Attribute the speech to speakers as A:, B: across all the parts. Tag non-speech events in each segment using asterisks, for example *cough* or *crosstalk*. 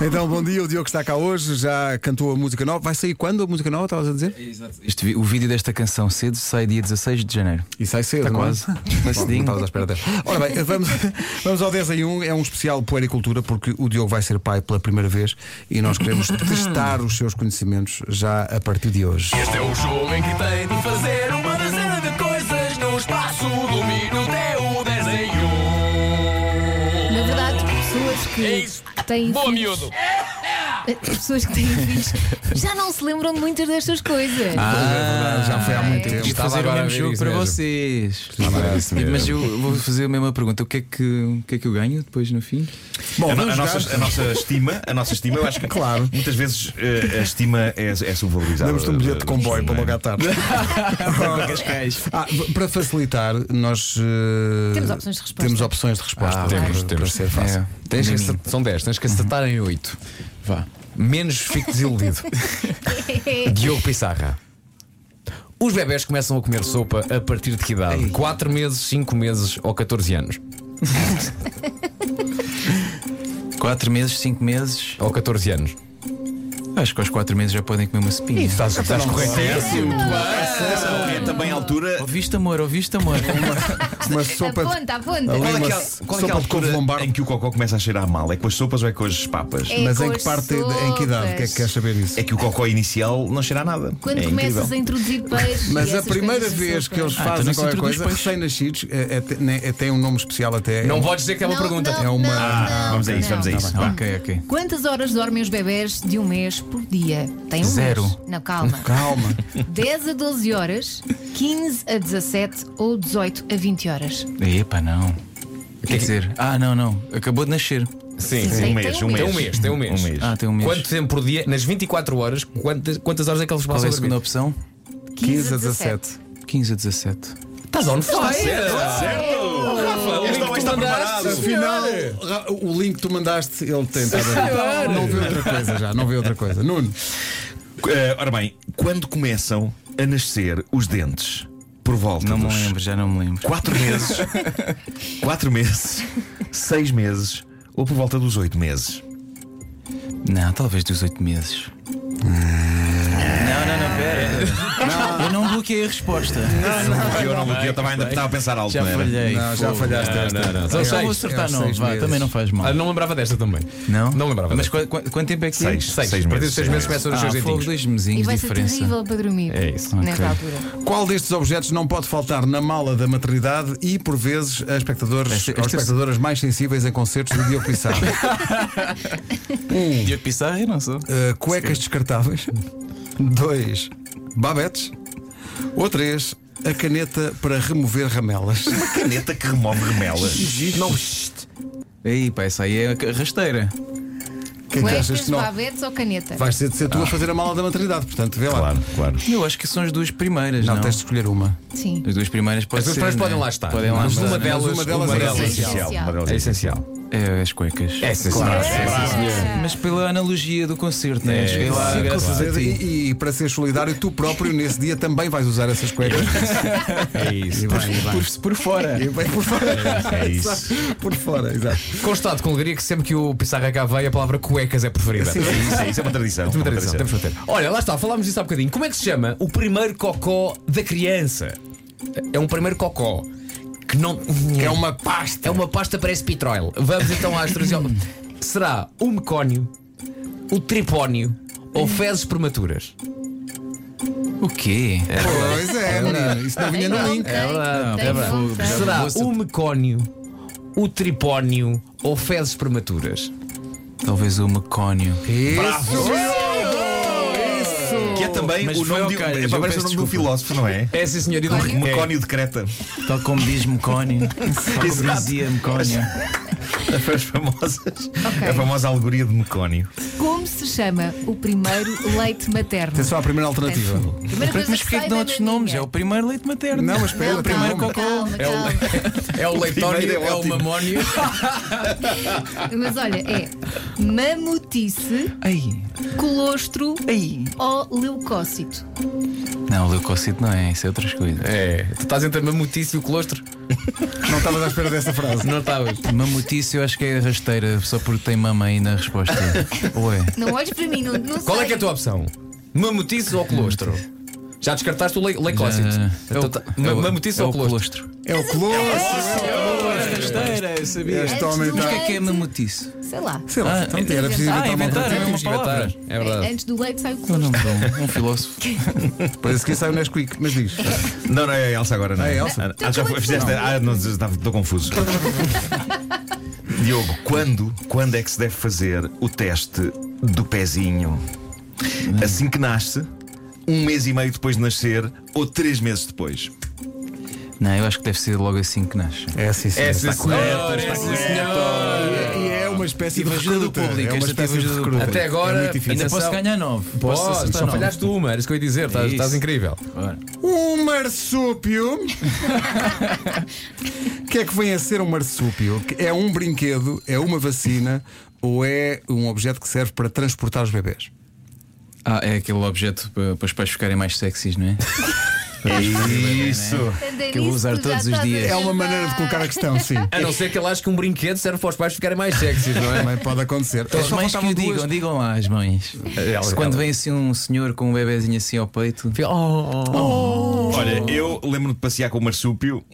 A: Então, bom dia, o Diogo está cá hoje, já cantou a música nova. Vai sair quando a música nova, estavas a dizer?
B: É, Este vi- o vídeo desta canção cedo sai dia 16 de janeiro.
A: E sai cedo,
B: Está
A: não é?
B: quase.
A: Bom,
B: Está
A: não
B: cedinho.
A: estavas à espera dela. Ora bem, vamos, vamos ao 10 em 1. É um especial puericultura, porque o Diogo vai ser pai pela primeira vez e nós queremos testar os seus conhecimentos já a partir de hoje.
C: Este é o jogo em que tem de fazer uma dezena de coisas no espaço do minuto é o um. desenho.
D: Na verdade, pessoas que
C: É isso.
D: têm
C: Boa,
D: filhos, eh,
C: miúdo.
D: pessoas que têm filhos já não se lembram de muitas destas coisas.
A: Ah, já foi há muito
D: é.
A: tempo.
B: Tive de fazer o
E: agora a
B: mesmo
E: ver
B: jogo
E: isso
B: para
E: mesmo.
B: vocês.
E: agora a ver isso mesmo.
B: Mas eu vou fazer a mesma pergunta. O que é que, o que, é que eu ganho depois no fim?
A: Bom,
E: A, no-
A: vamos
E: a
A: jogar.
E: nossa, a nossa estima, a nossa estima, eu acho que
A: Claro.
E: muitas vezes eh, a estima é, é subvalorizada. eh,
A: Damos-te um bilhete de comboio para
E: é?
A: logo à tarde.
B: Cascais.
A: Ah, b- para facilitar, nós eh,
D: Temos opções de resposta.
A: Temos opções Ah, de resposta. para-
F: temos,
A: para
F: temos.
A: ser fácil.
B: É.
F: Tens que
B: Mimimi.
F: acertar- são 10, tens que acertar em 8.
B: Vá.
F: Menos
B: *laughs*
F: fico desiludido.
D: É,
F: Diogo Pissarra. Os bebés começam a comer sopa a partir de que idade? 4 meses, 5 meses ou 14 anos?
B: 4 meses, 5 meses.
F: Ou 14 anos?
B: Acho que aos 4 meses já podem comer uma cepinha.
F: Estás, estás correto?
E: É também a altura.
B: Ouviste amor, ouviste amor.
A: Uma sopa de-
D: aponta, aponta.
A: ali
E: Qual é,
A: uma
E: que é-
A: s-
E: qual é que é
A: sopa
E: a
A: de couve
E: altura
A: lombardo.
E: em que o cocó começa a cheirar mal? É com as sopas ou é com as papas?
D: É
A: Mas
D: com
A: em que
D: as
A: parte, em que idade? O que é que
D: sopas.
A: queres saber isso?
E: É que o cocó inicial não cheira a nada.
D: Quando
E: é
D: começas
E: incrível.
D: a introduzir peixe.
A: Mas
D: e
A: a
D: essas
A: primeira
D: coisas de
A: vez
D: sopa.
A: que eles
B: Ah,
A: fazem
B: então não se
A: qualquer
B: introduz
A: coisa,
B: peixe.
A: recém-nascidos, é, é, te- né, é, tem um nome especial até.
F: Não podes dizer que é uma
D: Não,
F: pergunta.
D: não,
A: É uma-
D: não,
A: Ah,
D: não,
E: Vamos a isso,
D: não. Tá
E: Tá vamos a isso. Vá.
B: ok, ok.
D: Quantas horas dormem os bebés de um mês por dia? Tem um
B: Zero.
D: mês. Não, calma.
A: Calma.
D: 10 a 12 horas, 15 a 17 ou 18 a 20 horas.
B: Epá, não. Quer dizer, ah, não, não. Acabou de nascer.
F: Sim,
D: Tem-
E: Um
D: tem
E: mês, um
F: Tem
E: mês.
F: um mês, tem um mês.
B: Ah, tem um mês.
F: Quanto tempo por dia? Nas 24 horas, quantas, quantas horas é que eles
B: Qual
F: passam
B: é a
F: a dormir?
B: segunda opção?
A: 15 a 17.
B: 15 a 17.
F: Estás on fire!
E: Rafa, este
A: Então,
E: homem está preparado.
A: Afinal, Ra- o link que tu mandaste, ele tem. estado a ver. Não vê outra coisa já, não vê outra coisa. Nuno,
E: Eh, ora bem, quando começam a nascer os dentes? Por volta
B: Não me
E: dos
B: lembro, já não me lembro.
E: 4 meses, 4 meses, 6 meses ou por volta dos 8 meses?
B: Não, talvez dos 8 meses. Não, não, não, pera. Eu não bloqueei a resposta.
E: eu não, eu estava ainda estava a pensar alto,
B: Já
E: não era?
B: falhei.
A: não, já
B: fogo.
A: falhaste esta.
F: não, não.
B: Só, só vou
F: Seis,
B: acertar
A: é,
B: nove,
A: seis
B: vá,
A: meses.
B: também não faz mal.
F: Ah, não lembrava desta também.
B: Não?
F: Não lembrava
B: Mas
F: desta.
B: qu- qu- quanto tempo é que é?
E: Seis.
F: Seis.
E: Seis
F: a partir de seis
E: meus, sim.
F: meses começam os
B: Ah,
F: seus
B: fogo,
F: dentinhos.
B: dois
D: E
B: mesinhos de
D: vai ser
B: diferença.
D: terrível para dormir.
F: É isso.
D: Nessa
A: *laughs*
B: Ok.
D: altura.
A: Qual destes objetos não pode faltar na mala da maternidade e, por vezes, a espectadores,
B: Esta-
A: aos
B: esta-
A: espectadores mais sensíveis em concertos de Diogo Pissarro?
B: Diogo Pissarra, eu não sou.
A: Uh, cuecas descartáveis. dois Babetes. Ou três A caneta para remover ramelas.
E: Uma caneta que remove remelas.
B: Não. Aí, pá, essa aí é a rasteira.
A: Quem achas
D: Cuecas,
A: que não?
D: babetes ou caneta?
A: Vais ter de ser tu a fazer a mala da maternidade, portanto, vê lá.
E: Claro, claro.
B: Eu acho que são as duas primeiras. Não,
A: Não, tens de escolher uma.
D: Sim.
B: As duas primeiras podem
F: As duas
B: ser,
F: primeiras
B: né?
F: podem lá estar.
B: Podem lá
F: Mas
B: estar.
F: uma
B: né?
F: delas,
A: uma delas
F: uma
A: é
F: delas é
D: essencial.
F: essencial.
E: Uma delas
F: É essencial.
B: É as cuecas.
F: É essencial.
D: É.
B: Mas pela analogia do concerto, né? Cheguei lá,
A: Sim, com
B: graças a
A: certeza.
B: ti.
A: E, e para ser solidário, tu próprio nesse dia também vais usar essas cuecas.
E: É isso.
A: E vai, e vai.
B: Por, por fora.
A: E vai por fora.
E: É isso.
A: Por fora, exato.
F: Constato com alegria que sempre que o Pissarra cá veio, a palavra cuecas é preferida.
E: É isso, é isso, é uma tradição.
F: Temos uma
E: uma
F: tradição, temos que manter. Olha, lá está, falámos disso há bocadinho. Como é que se chama o primeiro cocó da criança? É um primeiro cocó que não.
A: É uma pasta.
F: É uma pasta para Spitroil. Vamos então às tradições. Será o mecónio, o tripónio ou fezes prematuras?
B: O quê?
A: Pois é, menino. Isso não vinha no
D: Tem
A: link.
D: vontade,
F: verdade,
D: tem
F: é verdade.
D: vontade.
B: Já
F: Será
B: vou aceitar.
F: o mecónio, o tripónio ou fezes prematuras?
B: Talvez o mecónio.
A: Isso.
E: Bravo! Que é também
B: Mas
E: o
B: foi
E: nome
B: ao
E: de,
B: calhas,
E: é
B: eu
E: para parecer o
B: peço
E: nome de um
B: desculpa.
E: filósofo, não é?
F: É sim, senhor. E do
E: Mecónio de Creta.
B: Tal como diz mecónio. *laughs* Tal como
E: Exato.
B: dizia mecónio.
E: Foi As famosas. A famosa alegoria de Mecónio.
D: Como se chama o primeiro leite materno?
A: Atenção à primeira alternativa.
D: Primeira coisa
B: Mas porquê
D: sai
B: que dão
D: da
B: outros
D: maminha.
B: nomes? É o primeiro leite materno.
A: Não, mas espera,
D: Não,
A: tem
D: calma,
A: nome.
D: calma,
F: É o-
D: calma.
F: É o leitónio,
E: Primeiro é
F: é o
E: ótimo.
F: mamónio.
D: Mas olha, é mamutice,
B: Ai,
D: colostro
B: ai.
D: ou leucócito.
B: Não, leucócito não é, isso é outras coisas.
F: É, tu estás entre a mamutice e o colostro.
A: Não estavas à espera dessa frase.
F: Não estavas.
B: Mamutice, eu acho que é rasteira, só porque tem mama aí na *laughs* resposta. Ué.
D: Não olhes para mim, não, não
F: Qual é
D: sei.
F: que é a tua opção? Mamutice ou colostro? Já descartaste o lei, lei clássico.
B: É o-
F: Então,
B: é o-
F: ma- Mamutice
B: é
F: ou
B: o
F: colostro?
A: É o close.
B: Rasteira, sabia?
A: Este homem
B: Mas o
A: está.
B: que é que é mamutice?
D: Sei lá.
A: Sei lá,
B: Ah,
A: então, era preciso
B: Ah,
A: inventar uma
B: inventaram,
A: outra.
B: é uma
F: Temos que inventar.
B: palavra.
F: É verdade.
D: Antes do leite sai o
B: Eu
D: custo.
B: não sou um filósofo.
A: Parece que sai o Nesquik, mas diz.
E: Não, não é a Elsa agora, não
A: É a Elsa.
E: Ah, já foi- fizeste. Ah, não, estava- estou confuso. Diogo, quando, quando é que se deve fazer o teste do pezinho? Assim que nasce, um mês e meio depois de nascer ou três meses depois?
B: Não, eu acho que deve ser logo assim que nasce.
A: É assim, sim.
E: Está correto,
F: é
E: está correto.
A: E é uma espécie de
B: Tive ajuda do
A: recruta.
B: público,
A: É uma
B: esta tive
A: espécie de
B: ajuda do
A: recruta.
B: público.
F: Até agora,
A: É muito difícil.
B: Ainda posso
F: Acertação.
B: ganhar nove. Posso Então
F: Posso,
B: acertar
F: só
B: nove.
F: falhaste uma, era isso que eu ia dizer, estás,
B: isso.
F: estás incrível.
B: Bora.
A: Um marsúpio. O que é que vem a ser um marsúpio? É um brinquedo, é uma vacina ou é um objeto que serve para transportar os bebés?
B: Ah, é aquele objeto para, para os pais ficarem mais sexys, não é?
E: Isso.
D: Andei
B: que eu vou
D: nisso,
B: usar
D: tu é já
B: todos os
D: estás a
B: dias.
A: É uma maneira de colocar a questão, sim.
F: A não ser que ele ache que um brinquedo serve para os pais ficarem mais sexys,
A: *laughs*
F: não é?
A: Também pode acontecer.
B: As
A: Só
B: mães que
A: faltavam
B: o
A: duas.
B: digam, digam lá as mães.
F: Elas-
B: Se Quando
F: elas-
B: vem assim um senhor com um bebezinho assim ao peito.
F: Oh, oh,
E: Olha, eu lembro-me de passear com o marsúpio.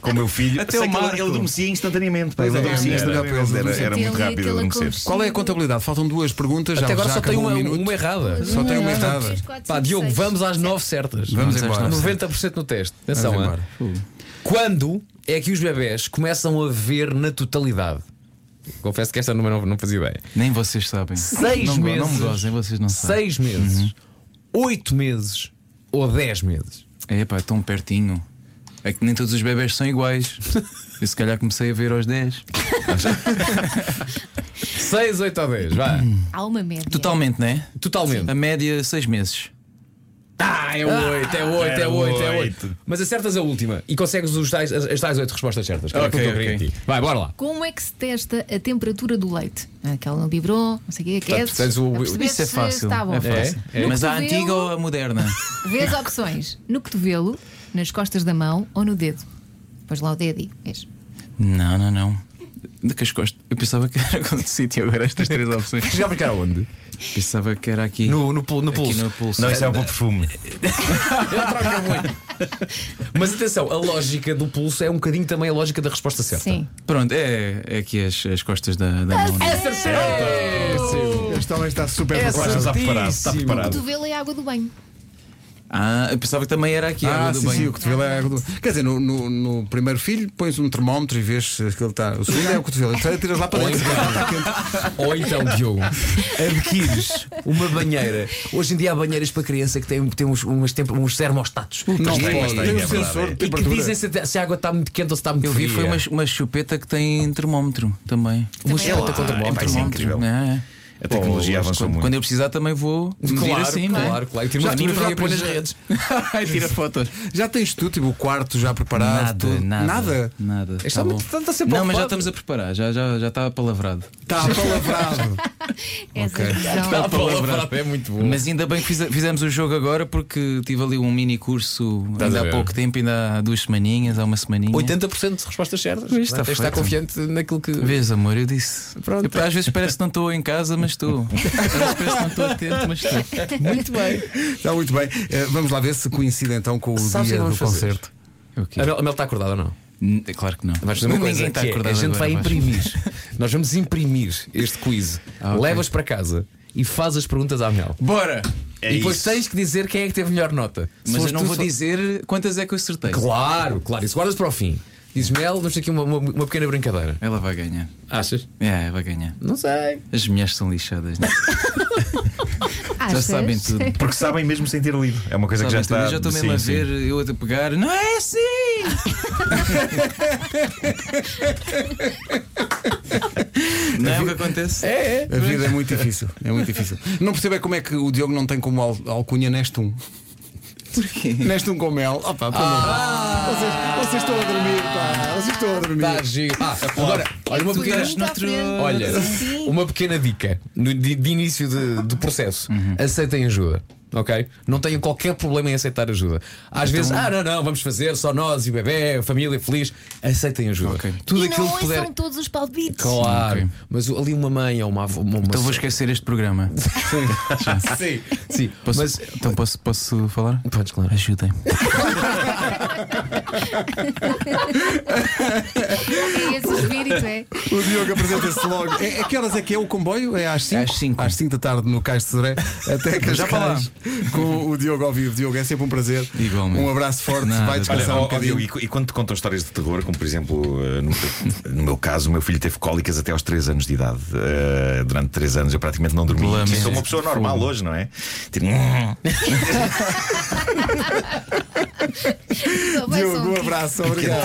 E: Com o meu filho.
B: Até
E: Sei
B: o
E: que ele-
B: Marco.
E: ele adormecia instantaneamente. pá, Ele
A: Pois é,
E: adormecia
A: era,
E: instantaneamente.
A: era,
E: Era, era,
A: era
E: muito
D: Ele e
E: rápido
D: aquele
E: adormecer.
A: Qual é a contabilidade? Faltam duas perguntas.
F: Até
A: já,
F: agora
A: já
F: só tem
A: acabou
F: uma,
A: um minuto.
F: uma errada.
A: Só tem uma errada.
D: Três, quatro,
F: Pá,
D: cinco,
F: Diogo,
D: seis.
F: vamos às nove certas.
A: Vamos
B: Vamos
A: embora.
B: às nove.
F: 90% no teste. Atenção,
A: Vamos
F: hein?
A: embora.
F: Quando é que os bebés começam a ver na totalidade? Confesso que esta número não, não fazia ideia.
B: Nem vocês sabem.
F: Seis
B: não, go- Não me
F: meses.
B: gozem, vocês não sabem.
F: Seis meses, oito meses ou dez meses?
B: É pá, tão pertinho. É que nem todos os bebés são iguais. Eu se calhar comecei a ver aos 10.
F: Seis, oito ou dez, vá.
D: Há uma média.
B: Totalmente, né?
F: Totalmente.
B: A média, 6 meses.
F: Ah, é oito, é oito, é
E: era
F: oito, é oito.
E: oito.
F: Mas acertas a última e consegues os tais, as, as tais oito respostas certas. que era
E: Ok,
F: aquilo que eu queria
E: ok.
F: em ti. Vai, bora lá.
D: Como é que se testa a temperatura do leite? Aquela no biberon, não sei o que, é aqueces.
F: tens o-
D: para perceber
B: Isso é
D: se
B: fácil.
D: Está bom.
B: É fácil.
F: É, é.
B: Mas a
D: Cotovelo.
B: antiga ou a moderna?
D: Vês opções no cotovelo, nas costas da mão ou no dedo. Pois lá o dedo e vês.
B: Não, não, não. De que as costas. Eu pensava que era quando sítio, agora estas três opções.
F: *laughs* Já brincar aonde?
B: Pensava que era aqui.
F: No, no, pul- no
B: aqui
F: pulso. Ah, um
B: no pulso.
E: Não, isso é um bom perfume.
F: *laughs* Mas atenção, a lógica do pulso é um bocadinho também a lógica da resposta certa.
D: Sim.
B: Pronto, é, é aqui as, as costas da, da mão. né?
A: Este homem está super
F: É,
A: preparado.
E: Está preparado,
F: tá
E: está preparado.
D: Cotovelo é água do banho. é-
B: Ah, eu pensava que também era aqui.
A: Ah,
B: água do
A: sim,
B: banho.
A: sim, o cotovelo é a água do... Quer dizer, no, no- no primeiro filho pões um termómetro e vês se aquilo está. O segundo é o cotovelo, o terceiro tiras lá para dentro. *laughs*
F: Ou então, Diogo, adquires uma banheira. Hoje em dia há banheiras para criança que têm, têm uns, umas temp- uns termostatos.
A: Não
E: Pois tem,
A: pode,
E: pois tem,
A: tem
E: é
A: um
E: verdade,
A: sensor
E: é.
A: de
F: E que
A: temperatura.
F: dizem se, a- se a água está muito quente ou se está muito
B: Eu
F: fria.
B: vi foi uma, uma chupeta que tem termómetro também.
D: Também é
E: Ah,
F: contra
E: é, pá, isso é incrível.
B: É, é.
E: A tecnologia avançou
B: Quando,
E: muito.
B: quando eu precisar também vou medir
F: Claro,
B: assim.
F: claro,
B: né?
F: claro, claro. E tira uma
B: Já
F: fotografia
B: tira
F: e põe nas
B: fotos.
F: redes.
B: *laughs* Ai, tira
F: *laughs*
B: fotos.
A: Já tens tudo, tipo o quarto já
F: Ah,
A: preparado?
B: Nada,
A: tudo?
B: nada.
A: Nada?
B: Nada. Tá
F: Este homem é está- está sempre
B: não, mas já
F: ocupado.
B: estamos a preparar, já está já, está palavrado.
A: *laughs* Está apalavrado.
D: Essa é visão.
F: Ah, palavra é muito boa.
B: Mas ainda bem que fiz- fizemos o jogo agora porque tive ali um mini curso
F: Estás a
B: ainda há
F: ver?
B: pouco tempo, ainda há duas semaninhas, há uma semaninha.
F: 80% de respostas certas.
B: Isto está
F: Portanto, está
B: feito.
F: confiante naquilo que.
B: Vês, amor, eu disse.
F: Pronto.
B: Eu, às vezes parece que não estou em casa, mas
F: *laughs*
B: estou. Às vezes parece que não estou atento, mas estou.
F: Muito bem.
A: Está muito bem. Eh, vamos lá ver se coincide então com o
F: Sabes o que
A: dia
F: é que
A: do
F: vamos fazer?
A: concerto.
B: O quê?
F: A Mel, a Mel está acordada tá ou não?
B: N- é Claro que não.
F: Vais fazer uma
B: Ninguém
F: coisa Ah,
B: está
F: que é,
B: acordado
F: a gente
B: agora,
F: vai
B: vais.
F: imprimir. *laughs* Nós vamos imprimir este quiz.
B: ok.
F: Levas para casa e fazes as perguntas à Mel.
B: Bora!
E: É
F: e depois
E: isso.
F: tens que dizer quem é que teve melhor nota. Se
B: Mas eu
F: fores
B: não
F: tu,
B: vou
F: só-
B: dizer quantas é que eu acertei.
F: Claro, claro. Isso guardas para o fim. Dizes Mel, vamos ter aqui uma, uma, uma pequena brincadeira.
B: Ela vai ganhar.
F: Achas?
B: É, vai ganhar.
F: Não sei.
B: As mulheres são lixadas,
F: *laughs*
B: né? já
D: Achas?
B: sabem tudo.
E: Porque sabem mesmo sem ter lido. É uma coisa que já
B: Sabem tudo.
E: está.
B: eu já estou mesmo
E: sim,
B: a
E: sim.
B: ver, eu a pegar. Não é *laughs* assim! não é o que acontece?
F: É, é.
A: A vida é muito difícil. É muito difícil. Não percebo é como é que o Diogo não tem como al- alcunha neste um.
B: Porquê?
A: Neste um com mel. Opa, pelo amor de Deus. vocês, vocês estão a dormir, pá. Vocês estão a dormir.
F: Está giro. Ah, agora, tá olha, uma
D: Tudo
F: pequena.
D: muito à
B: noutro-
D: frente.
F: Olha,
D: Sim.
F: uma pequena dica no- de, de início de, de processo: aceitem ajuda. Ok? Não tenho qualquer problema em aceitar ajuda. Às vezes, ah, não, não, vamos fazer só nós e o bebê, a família feliz. Aceitem ajuda. Tudo
G: E
F: aquilo
G: não
F: que puder.
G: ouçam todos os palpites.
F: Claro,
B: Ok.
F: mas ali uma mãe ou uma avó. Uma, uma
B: Então vou esquecer este programa.
F: Sim, sim.
B: Posso-
F: Mas.
B: então posso, posso falar?
F: Podes, claro.
B: Ajudem.
D: É esse o espírito, é.
A: O Diogo apresenta-se logo. É, é que horas é que é o comboio? É às 5?
B: Às cinco.
A: Às 5 da tarde no Cais de Sodré. Até que já falámos com o Diogo ao vivo. Diogo, é sempre um prazer.
B: Igualmente.
A: Um abraço forte.
B: Nada.
A: Vai
E: Olha,
A: descansar um
E: ó, ó,
A: bocadinho.
E: Diogo, e, cu- e quando te contam histórias de terror, como por exemplo, eh, no, meu- no meu caso, o meu filho teve cólicas até aos 3 anos de idade. Eh, durante 3 anos eu praticamente não dormi.
B: Lamento.
E: Sou uma pessoa normal hoje, não é? Tipo,
D: Só vai só um
A: Diogo, um
D: bocadinho.
A: abraço. Obrigado.